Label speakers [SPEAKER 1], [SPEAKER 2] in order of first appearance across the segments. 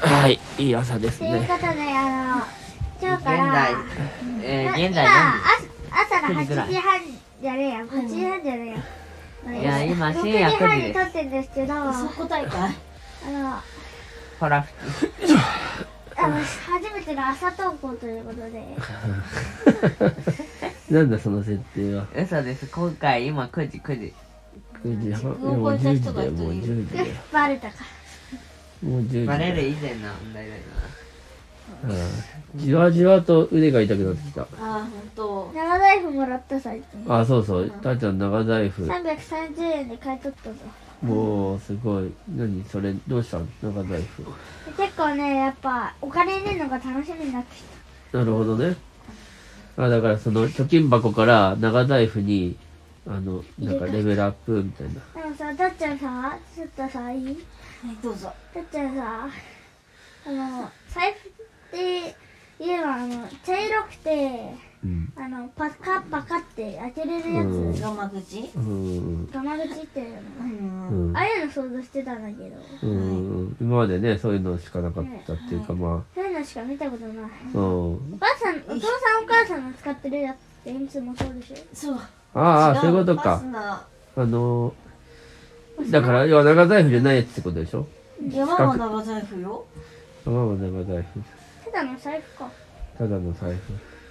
[SPEAKER 1] はい、いい朝です
[SPEAKER 2] というこ
[SPEAKER 1] ね。
[SPEAKER 2] とで、あの、今日
[SPEAKER 3] 現
[SPEAKER 2] から、
[SPEAKER 3] 代、えー、現
[SPEAKER 2] 今
[SPEAKER 3] 代何時
[SPEAKER 2] あ朝が
[SPEAKER 1] 9
[SPEAKER 2] 8
[SPEAKER 1] 時ぐらい
[SPEAKER 2] 時半じゃねえや、8時半じゃねえや。
[SPEAKER 3] いや今
[SPEAKER 2] 6
[SPEAKER 3] 深
[SPEAKER 2] 時
[SPEAKER 3] 夜
[SPEAKER 2] 半
[SPEAKER 3] 9時
[SPEAKER 2] に撮ってるんですけど、あ
[SPEAKER 4] そ
[SPEAKER 2] の、
[SPEAKER 4] こ大会
[SPEAKER 2] あ
[SPEAKER 3] ほら、
[SPEAKER 2] の初めての朝投稿ということで、
[SPEAKER 1] なんだその設定は。
[SPEAKER 3] 嘘です。今回今9時9時。
[SPEAKER 1] 9時半。いや
[SPEAKER 4] 分
[SPEAKER 1] も
[SPEAKER 4] を
[SPEAKER 1] う
[SPEAKER 4] 超え
[SPEAKER 1] 10時
[SPEAKER 4] た人が
[SPEAKER 1] だ
[SPEAKER 4] 一
[SPEAKER 1] よ、
[SPEAKER 4] 人
[SPEAKER 1] もう10時だよ。
[SPEAKER 2] バレたか。
[SPEAKER 1] もう10時
[SPEAKER 3] バ
[SPEAKER 1] だ
[SPEAKER 3] レ
[SPEAKER 1] よ。
[SPEAKER 3] る以前の問題だよ
[SPEAKER 1] うんじわじわと腕が痛くなってきた。
[SPEAKER 4] ああ本当
[SPEAKER 2] 長財布もらった最近。
[SPEAKER 1] あ、そうそう。たーちゃん長財布。
[SPEAKER 2] 330円で買い取ったぞ。
[SPEAKER 1] もう、すごい。何それ、どうしたの長財布。
[SPEAKER 2] 結構ね、やっぱ、お金入れるのが楽しみになってき
[SPEAKER 1] なるほどね。あ、だからその、貯金箱から長財布に、あの、なんかレベルアップみたいな。
[SPEAKER 2] た。でもさ、たっちゃんさ、ちょっとさ、いい
[SPEAKER 4] はいどうぞ
[SPEAKER 2] だっちゃんさあの財布って言えばあの茶色くて
[SPEAKER 1] うん。
[SPEAKER 2] あのパカパカって開けれるや
[SPEAKER 1] うん
[SPEAKER 2] つ
[SPEAKER 4] ロマ口
[SPEAKER 1] うん。
[SPEAKER 2] ガマ口っていうの
[SPEAKER 4] うん
[SPEAKER 1] うん
[SPEAKER 2] あ。あいうの想像してたんだけど
[SPEAKER 1] うん。今までね、そういうのしかなかったっていうか、ま
[SPEAKER 2] そういうのしか見たことない
[SPEAKER 1] あ、うん。
[SPEAKER 2] お母さんお父さんお母さんの使ってるやつっていつもそうでしょ
[SPEAKER 4] そう
[SPEAKER 1] あ
[SPEAKER 4] 違
[SPEAKER 1] あ、そういうこと
[SPEAKER 4] ファ
[SPEAKER 1] か
[SPEAKER 4] ス。ナ
[SPEAKER 1] あのー、だから、要は長財布じゃないやつってことでしょ
[SPEAKER 4] ー山は長財布よ
[SPEAKER 1] まあまあ長財布。
[SPEAKER 2] ただの財布か
[SPEAKER 1] ただの財布。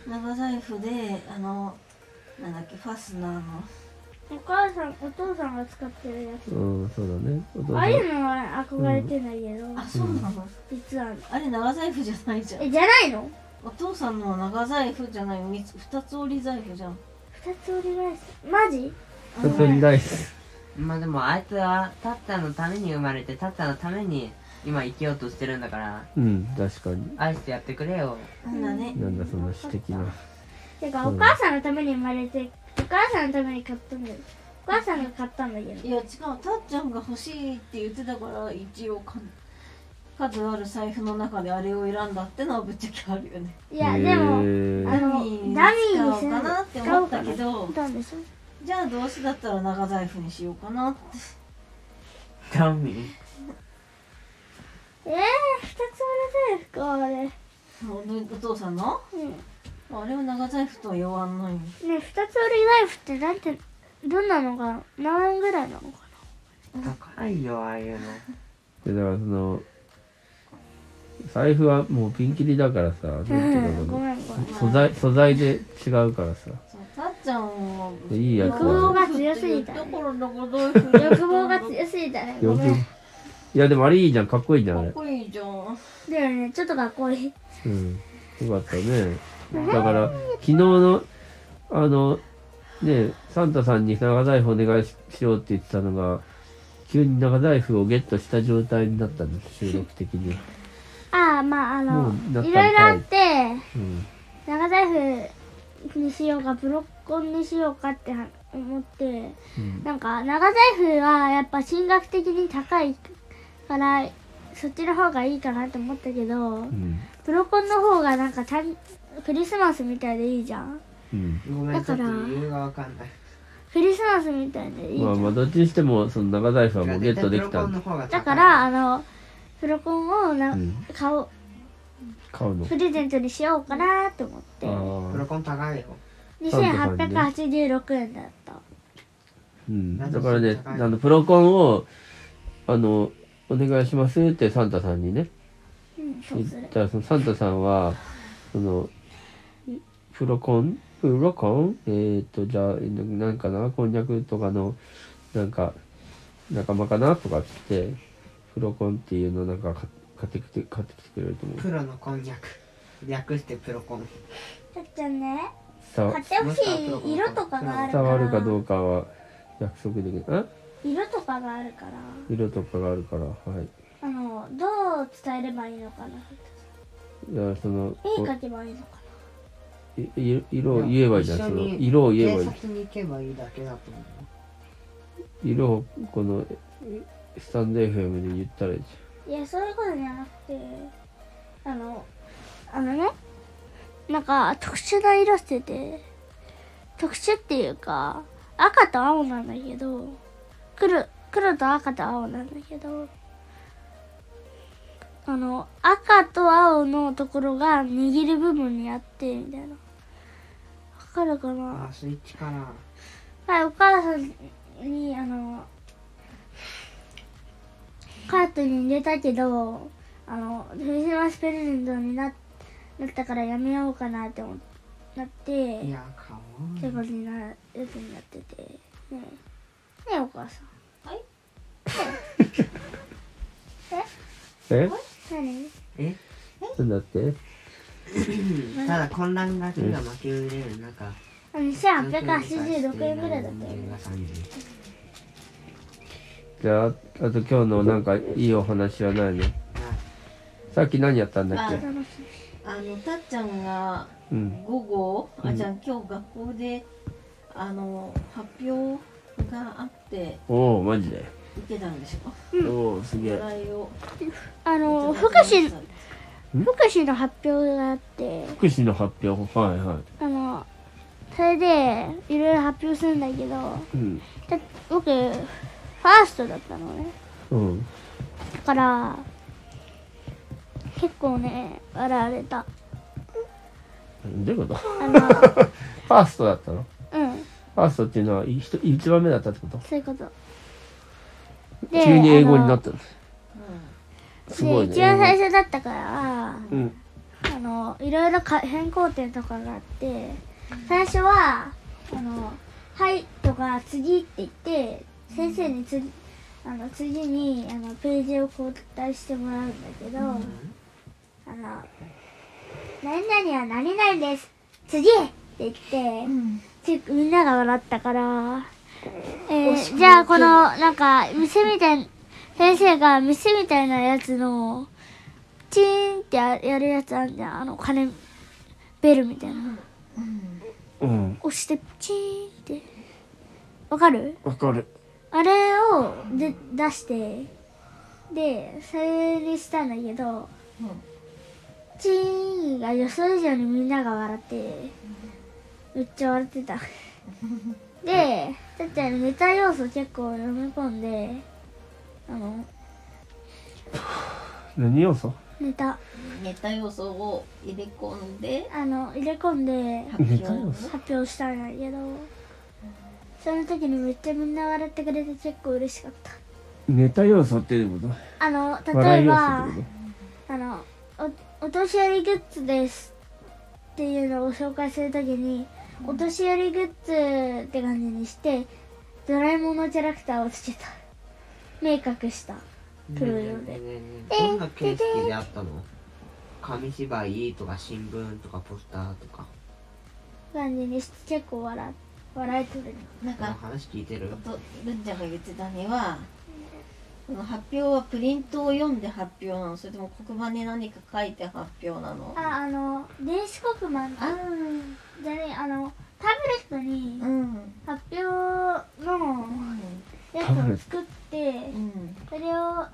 [SPEAKER 4] 長財布であのなんだっけファスナーの
[SPEAKER 2] お母さんお父さんが使ってるやつ
[SPEAKER 1] うん、そうだね。お父
[SPEAKER 2] あ
[SPEAKER 1] さ
[SPEAKER 2] あ
[SPEAKER 1] ん
[SPEAKER 2] い。うのは憧れてないけど
[SPEAKER 4] あそうなの、
[SPEAKER 2] 実は
[SPEAKER 4] あれ長財布じゃないじゃん
[SPEAKER 2] えじゃないの
[SPEAKER 4] お父さんの長財布じゃないみつ二つ折り財布じゃん
[SPEAKER 2] 二つ折り返すマジ
[SPEAKER 1] 普通に大好き。
[SPEAKER 3] な。まあでもあいつはタッタのために生まれてタッタのために今生きようとしてるんだから
[SPEAKER 1] うん、確かに。
[SPEAKER 3] 愛してやってくれよ。
[SPEAKER 4] なんだね
[SPEAKER 1] なんだその私的な。
[SPEAKER 2] てかお母さんのために生まれてお母さんのために買ったんだよお母さんが買ったんだけど
[SPEAKER 4] いや違うたっちゃんが欲しいって言ってたから一応か数ある財布の中であれを選んだってのはぶっちゃけあるよね
[SPEAKER 2] いや
[SPEAKER 1] へー
[SPEAKER 2] でもあ
[SPEAKER 1] う
[SPEAKER 2] のダ
[SPEAKER 4] ダ
[SPEAKER 2] ミ
[SPEAKER 4] ミ
[SPEAKER 2] ーに
[SPEAKER 4] ーに
[SPEAKER 2] す
[SPEAKER 4] 使
[SPEAKER 2] る
[SPEAKER 4] おうかなって思ったけど
[SPEAKER 2] 買おうかな買ったんでしょ
[SPEAKER 4] じゃあどうせだったら長財布にしようかなって
[SPEAKER 3] ダミー。
[SPEAKER 2] ええー、二つ折りたいかあれうん
[SPEAKER 4] おお父さんのあれを長財布とは言わんのよ
[SPEAKER 2] ねえ二つ折りライフってなんてどんなのが何円ぐらいなのか
[SPEAKER 3] 高いよ、ああいうの。
[SPEAKER 1] で、だからその、財布はもうピンキリだからさ、なんて
[SPEAKER 2] なう
[SPEAKER 1] いうん
[SPEAKER 2] ご
[SPEAKER 1] のか
[SPEAKER 2] めんごめん
[SPEAKER 1] な。素材、素材で違うからさ。
[SPEAKER 4] そうたっちゃんを
[SPEAKER 1] いいやつ
[SPEAKER 2] 欲望
[SPEAKER 1] は。
[SPEAKER 2] が強すぎた
[SPEAKER 4] と
[SPEAKER 2] ね
[SPEAKER 4] ころのご財布
[SPEAKER 2] 欲望が強すぎたねご
[SPEAKER 1] よく。
[SPEAKER 2] めん
[SPEAKER 1] いや、でもあれいいじゃん。かっこいいじゃん、
[SPEAKER 4] か
[SPEAKER 1] あれ
[SPEAKER 4] っ。こいいじゃん
[SPEAKER 2] だよねちょっとかっこいい
[SPEAKER 1] うん、よかったね。だから、昨日の、あの、ね、サンタさんに長財布お願いししようって言ってたのが、急に長財布をゲットした状態になったんです、収録的には。
[SPEAKER 2] ああまああ
[SPEAKER 1] も
[SPEAKER 2] の
[SPEAKER 1] うなったんか
[SPEAKER 2] いろ
[SPEAKER 1] い
[SPEAKER 2] いろあって
[SPEAKER 1] うん。
[SPEAKER 2] 長財布にしようかブロッコンにしようかって思って
[SPEAKER 1] うん、
[SPEAKER 2] なんか長財布はやっぱ進学的に高いからそっちの方がいいかなと思ったけど
[SPEAKER 1] うん。
[SPEAKER 2] ブロコンの方がなんかたんクリスマスみたいでいいじゃん
[SPEAKER 1] うん。
[SPEAKER 3] ごめ
[SPEAKER 2] だ
[SPEAKER 3] ん、ち
[SPEAKER 2] か
[SPEAKER 3] ょ
[SPEAKER 2] ら
[SPEAKER 3] っと理由がわかんない。
[SPEAKER 2] クリスマスみたいでいいじゃ
[SPEAKER 1] まあ
[SPEAKER 2] ん、
[SPEAKER 1] まあ、どっちにしても、その長財布はもうゲットできた
[SPEAKER 3] 絶対プロコンの方が高い
[SPEAKER 2] だか、らあのブロコンをな、
[SPEAKER 1] うん
[SPEAKER 2] 買おう
[SPEAKER 1] 買うの。
[SPEAKER 2] プレゼントにしようかなと思って
[SPEAKER 3] プロ
[SPEAKER 1] ああ。
[SPEAKER 3] コン高いよ。
[SPEAKER 2] 2886円だった
[SPEAKER 1] うん。だからね、あの、プロコンを、あの、お願いしますってサンタさんにね、
[SPEAKER 2] うんそう
[SPEAKER 1] 言
[SPEAKER 2] する
[SPEAKER 1] ったらそのサンタさんはそのプロコンプロコンえっ、とじゃあなんかなこんにゃくとかのなんか仲間かなとかっつってプロコンっていうのなんかか買ってきて買ってきてくれると思う
[SPEAKER 3] プロのこんにゃく。略してプロコン。
[SPEAKER 2] たっちゃんね
[SPEAKER 1] 伝わ
[SPEAKER 2] 買ってほしい色とかがあるか
[SPEAKER 1] 伝
[SPEAKER 2] ら
[SPEAKER 1] わるかどうかは約束できないあ
[SPEAKER 2] 色とかがあるから
[SPEAKER 1] 色とかがあるからは
[SPEAKER 2] あのどう伝えればいいのかない
[SPEAKER 1] いやその
[SPEAKER 2] 絵
[SPEAKER 1] こ
[SPEAKER 2] 描けばいいのか
[SPEAKER 1] ういい色を言えばいいじゃんその色を言えばいい
[SPEAKER 3] 警察に行けばいいだけだと思う。
[SPEAKER 1] 色をこのスタンド FM で言ったらいいじゃん
[SPEAKER 2] ないやそういうことじゃなくてあのあのねなんか特殊な色してて特殊っていうか赤と青なんだけど黒黒と赤と青なんだけどあの赤と青のところが握る部分にあってみたいなわかるか
[SPEAKER 3] あ
[SPEAKER 2] な
[SPEAKER 3] ースイッチかな
[SPEAKER 2] はいお母さんにあのカートに入れたけどあのクリスマスプレゼントにななったからやめようかなって思っなって
[SPEAKER 3] いやかわ
[SPEAKER 2] って
[SPEAKER 3] いい
[SPEAKER 2] ことになるよくなっててねえねえお母さん
[SPEAKER 4] はい
[SPEAKER 1] え
[SPEAKER 2] 何
[SPEAKER 3] え
[SPEAKER 1] なんだって
[SPEAKER 3] ただ混乱がけが負け売れる中
[SPEAKER 2] あの2886円ぐらいだったよね
[SPEAKER 1] じゃああと今日のなんかいいお話はないのさっき何やったんだっけ
[SPEAKER 2] 楽しい
[SPEAKER 4] あのたっちゃんが
[SPEAKER 1] うん
[SPEAKER 4] 午後、
[SPEAKER 1] う
[SPEAKER 4] あ
[SPEAKER 1] ん
[SPEAKER 4] じゃあ今日学校であの発表があって
[SPEAKER 1] おおマジで、
[SPEAKER 4] 受けたんでしょ
[SPEAKER 1] おおすげえ
[SPEAKER 4] 課題を
[SPEAKER 2] あの福祉福祉の発表があって
[SPEAKER 1] 福祉の発表はいは
[SPEAKER 2] あのそれでいろいろ発表するんだけど
[SPEAKER 1] いうん
[SPEAKER 2] だ僕ファーストだったのね
[SPEAKER 1] うん
[SPEAKER 2] だから結構ね笑われた
[SPEAKER 1] どういうことフ
[SPEAKER 2] あ の
[SPEAKER 1] ァーストだったの
[SPEAKER 2] うん
[SPEAKER 1] ファーストっていうのはいひと一番目だったってこと
[SPEAKER 2] そういうこと
[SPEAKER 1] 急に英語になっ
[SPEAKER 2] あ
[SPEAKER 1] たの
[SPEAKER 2] の
[SPEAKER 1] すご
[SPEAKER 2] で
[SPEAKER 1] いね
[SPEAKER 2] 一番最初だったから
[SPEAKER 1] うん
[SPEAKER 2] あのいろいろか変更点とかがあって最初は「あのはい」とか「次」って言って先生に次あの次にあのページを交代してもらうんだけど、あの「何々は何々です次!」って言って、ちみんなが笑ったから、えーじゃあこのなんか店みたい先生が店みたいなやつのチーンってややるやつあるじゃんあの金ベルみたいな
[SPEAKER 1] うん
[SPEAKER 2] 押してチーンってわかる
[SPEAKER 1] わかる
[SPEAKER 2] あれをで出してでそれにしたんだけど、チーンが予想以上にみんなが笑ってめっちゃ笑ってたでだってネタ要素結構読み込んであの
[SPEAKER 1] 何要素
[SPEAKER 2] ネタ
[SPEAKER 4] ネタ要素を入れ込んで
[SPEAKER 2] あの入れ込んで
[SPEAKER 4] 発表
[SPEAKER 1] ネタ要
[SPEAKER 2] 発表したんだけどその時にめっちゃみんな笑ってくれて結構嬉しかった
[SPEAKER 1] ネタ要素っていうこと
[SPEAKER 2] あの例
[SPEAKER 1] 笑
[SPEAKER 2] え
[SPEAKER 1] い要
[SPEAKER 2] ば
[SPEAKER 1] 素ってこ
[SPEAKER 2] あのおお年寄りグッズですっていうのを紹介するときにお年寄りグッズって感じにしてドラえもんのキャラクターをつけた明確したプロ用で
[SPEAKER 3] どんな形式であったの紙芝居とか新聞とかポスターとか
[SPEAKER 2] 感じにして結構笑笑い取れる
[SPEAKER 4] なんか
[SPEAKER 3] 話聞いてる
[SPEAKER 4] とるんちゃんが言ってたにはこの発表はプリントを読んで発表なのそれとも黒板に何か書いて発表なの
[SPEAKER 2] ああの電子黒板
[SPEAKER 4] あ
[SPEAKER 2] じゃねあのタブレットに
[SPEAKER 4] ーうん
[SPEAKER 2] 発表のや
[SPEAKER 1] タブレ
[SPEAKER 2] つを
[SPEAKER 1] ット
[SPEAKER 2] 作って
[SPEAKER 4] うん
[SPEAKER 2] それを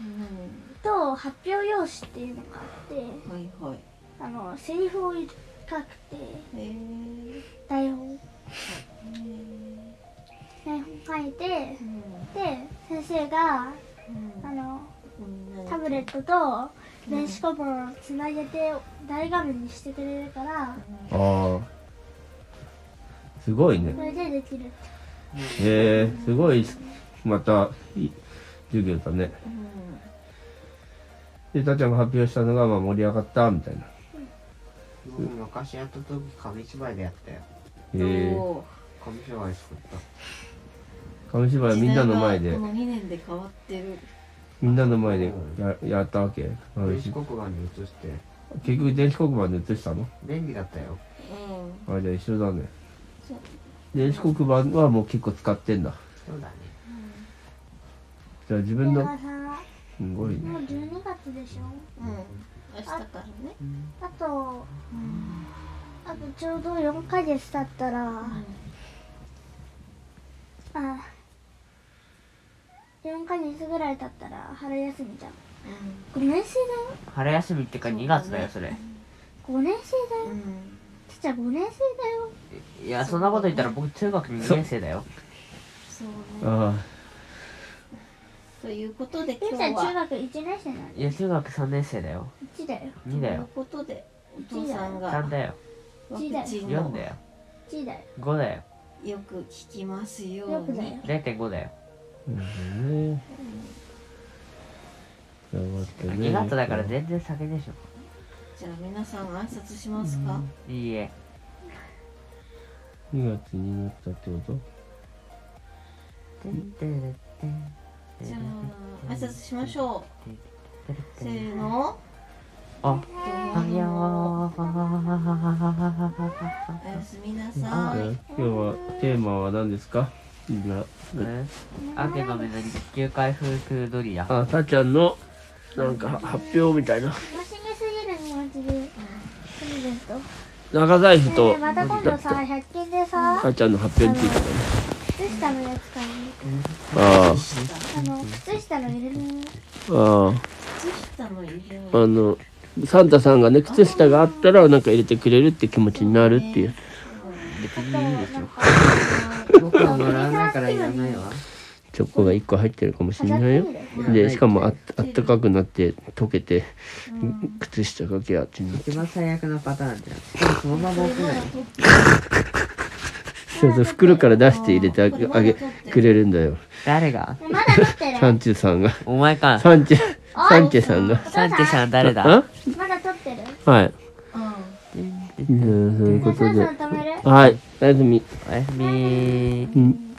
[SPEAKER 4] うん
[SPEAKER 2] と発表用紙っていうのがあって
[SPEAKER 4] はいはい
[SPEAKER 2] あのセリフを書くて
[SPEAKER 4] へえ
[SPEAKER 2] 台本台本書いてで
[SPEAKER 4] うん
[SPEAKER 2] 先生があの
[SPEAKER 4] うん
[SPEAKER 2] タブレットと電子コボをつなげて大画面にしてくれるから
[SPEAKER 1] とああすごいね
[SPEAKER 2] それでできる
[SPEAKER 1] へえすごいまたいい授業だね
[SPEAKER 4] うん
[SPEAKER 1] でたっちゃんが発表したのがまあ盛り上がったみたいなへ
[SPEAKER 3] 僕昔やった時紙芝居でやったよ
[SPEAKER 1] え
[SPEAKER 4] どう
[SPEAKER 3] 紙芝居作った
[SPEAKER 1] 紙芝居みんなの前で
[SPEAKER 4] 時代がこの2年で変わってる
[SPEAKER 1] みんなの前でややったわけ
[SPEAKER 3] 電子黒板に移して
[SPEAKER 1] 結局電子黒板で映したの
[SPEAKER 3] 便利だったよ
[SPEAKER 4] うん
[SPEAKER 1] あじゃあ一緒だね
[SPEAKER 4] そう
[SPEAKER 1] 電子黒板はもう結構使ってんだ
[SPEAKER 3] そうだね
[SPEAKER 1] じゃあ自
[SPEAKER 2] だ
[SPEAKER 1] 分
[SPEAKER 2] か
[SPEAKER 1] の
[SPEAKER 2] らさ
[SPEAKER 1] すごいね
[SPEAKER 2] もう12月でしょ
[SPEAKER 4] うん明日からね
[SPEAKER 2] あとあとちょうど4ヶ月経ったら、あ4ヶ月ぐらい経ったら春休みじゃん5年生だよ
[SPEAKER 3] 春休みってか2月だよそれ
[SPEAKER 2] 5年生だよ
[SPEAKER 4] うんうん
[SPEAKER 2] ちっちゃい5年生だよ
[SPEAKER 3] いやそんなこと言ったら僕中学2年生だよ
[SPEAKER 4] そうね
[SPEAKER 1] ああ
[SPEAKER 4] ということで
[SPEAKER 2] ゆ
[SPEAKER 4] 今
[SPEAKER 2] うちゃん
[SPEAKER 4] 日
[SPEAKER 2] 中
[SPEAKER 4] は
[SPEAKER 2] 学1年生なの
[SPEAKER 3] いや中学3年生だよ
[SPEAKER 2] 1だよ
[SPEAKER 4] と
[SPEAKER 3] 2
[SPEAKER 4] い
[SPEAKER 3] だ
[SPEAKER 4] う
[SPEAKER 3] よ
[SPEAKER 4] ことでお父さんがワ
[SPEAKER 3] 3だよ
[SPEAKER 4] クチン
[SPEAKER 3] 4
[SPEAKER 4] を
[SPEAKER 3] だよ
[SPEAKER 2] 1だよ
[SPEAKER 3] 5だよ
[SPEAKER 4] よく聞きますよ
[SPEAKER 2] よ
[SPEAKER 4] う
[SPEAKER 2] くだよ
[SPEAKER 4] に
[SPEAKER 3] 0.5だよ
[SPEAKER 1] ねえ頑張ってね
[SPEAKER 3] 2月だから全然酒でし
[SPEAKER 4] じゃあ皆さん挨拶します
[SPEAKER 3] ょ
[SPEAKER 4] か
[SPEAKER 3] いいえ
[SPEAKER 1] 2月になったってこと
[SPEAKER 4] じゃあ挨拶しましょうせーの
[SPEAKER 3] あおはよ
[SPEAKER 4] おやすみなさい
[SPEAKER 1] え今日はテーマは何ですかみんな
[SPEAKER 3] ううん雨が目の日球回復風ドリア
[SPEAKER 1] あたーちゃんのなんか発表みたいな
[SPEAKER 2] 楽しみすぎる気持ちでプレゼント
[SPEAKER 1] 長財布と
[SPEAKER 2] ねえまた今度さ100均でさ
[SPEAKER 1] たーちゃんの発表について
[SPEAKER 2] 靴下のやつ買いに
[SPEAKER 1] あ
[SPEAKER 2] あの靴下の入れる
[SPEAKER 1] ああ
[SPEAKER 4] 靴下の入れ
[SPEAKER 1] ああのサンタさんがね靴下があったらなんか入れてくれるって気持ちになるっていう
[SPEAKER 3] 別にいいですよ僕はもらわないからいらないわ
[SPEAKER 1] チョコが1個入ってるかもしれないよ
[SPEAKER 2] 飾って
[SPEAKER 1] でしかもああったかくなって溶けて靴下がけあっちになって
[SPEAKER 3] 一番最悪のパターンじゃんしかもそのまま置くなよ
[SPEAKER 1] そうそう袋から出して入れてあげあげくれるんだよ
[SPEAKER 3] 誰が
[SPEAKER 2] まだ取ってる
[SPEAKER 1] サンチュさんが
[SPEAKER 3] お前か
[SPEAKER 1] サンチュサンチュさんが
[SPEAKER 3] サンチさん誰だ
[SPEAKER 1] あ
[SPEAKER 2] まだ取ってる
[SPEAKER 1] はい
[SPEAKER 4] うん
[SPEAKER 1] うんそういう
[SPEAKER 2] も
[SPEAKER 1] こ
[SPEAKER 2] うそろ
[SPEAKER 1] と
[SPEAKER 2] そろ
[SPEAKER 1] で
[SPEAKER 2] 止める
[SPEAKER 1] はいおやすみ
[SPEAKER 3] おやすみ
[SPEAKER 1] うん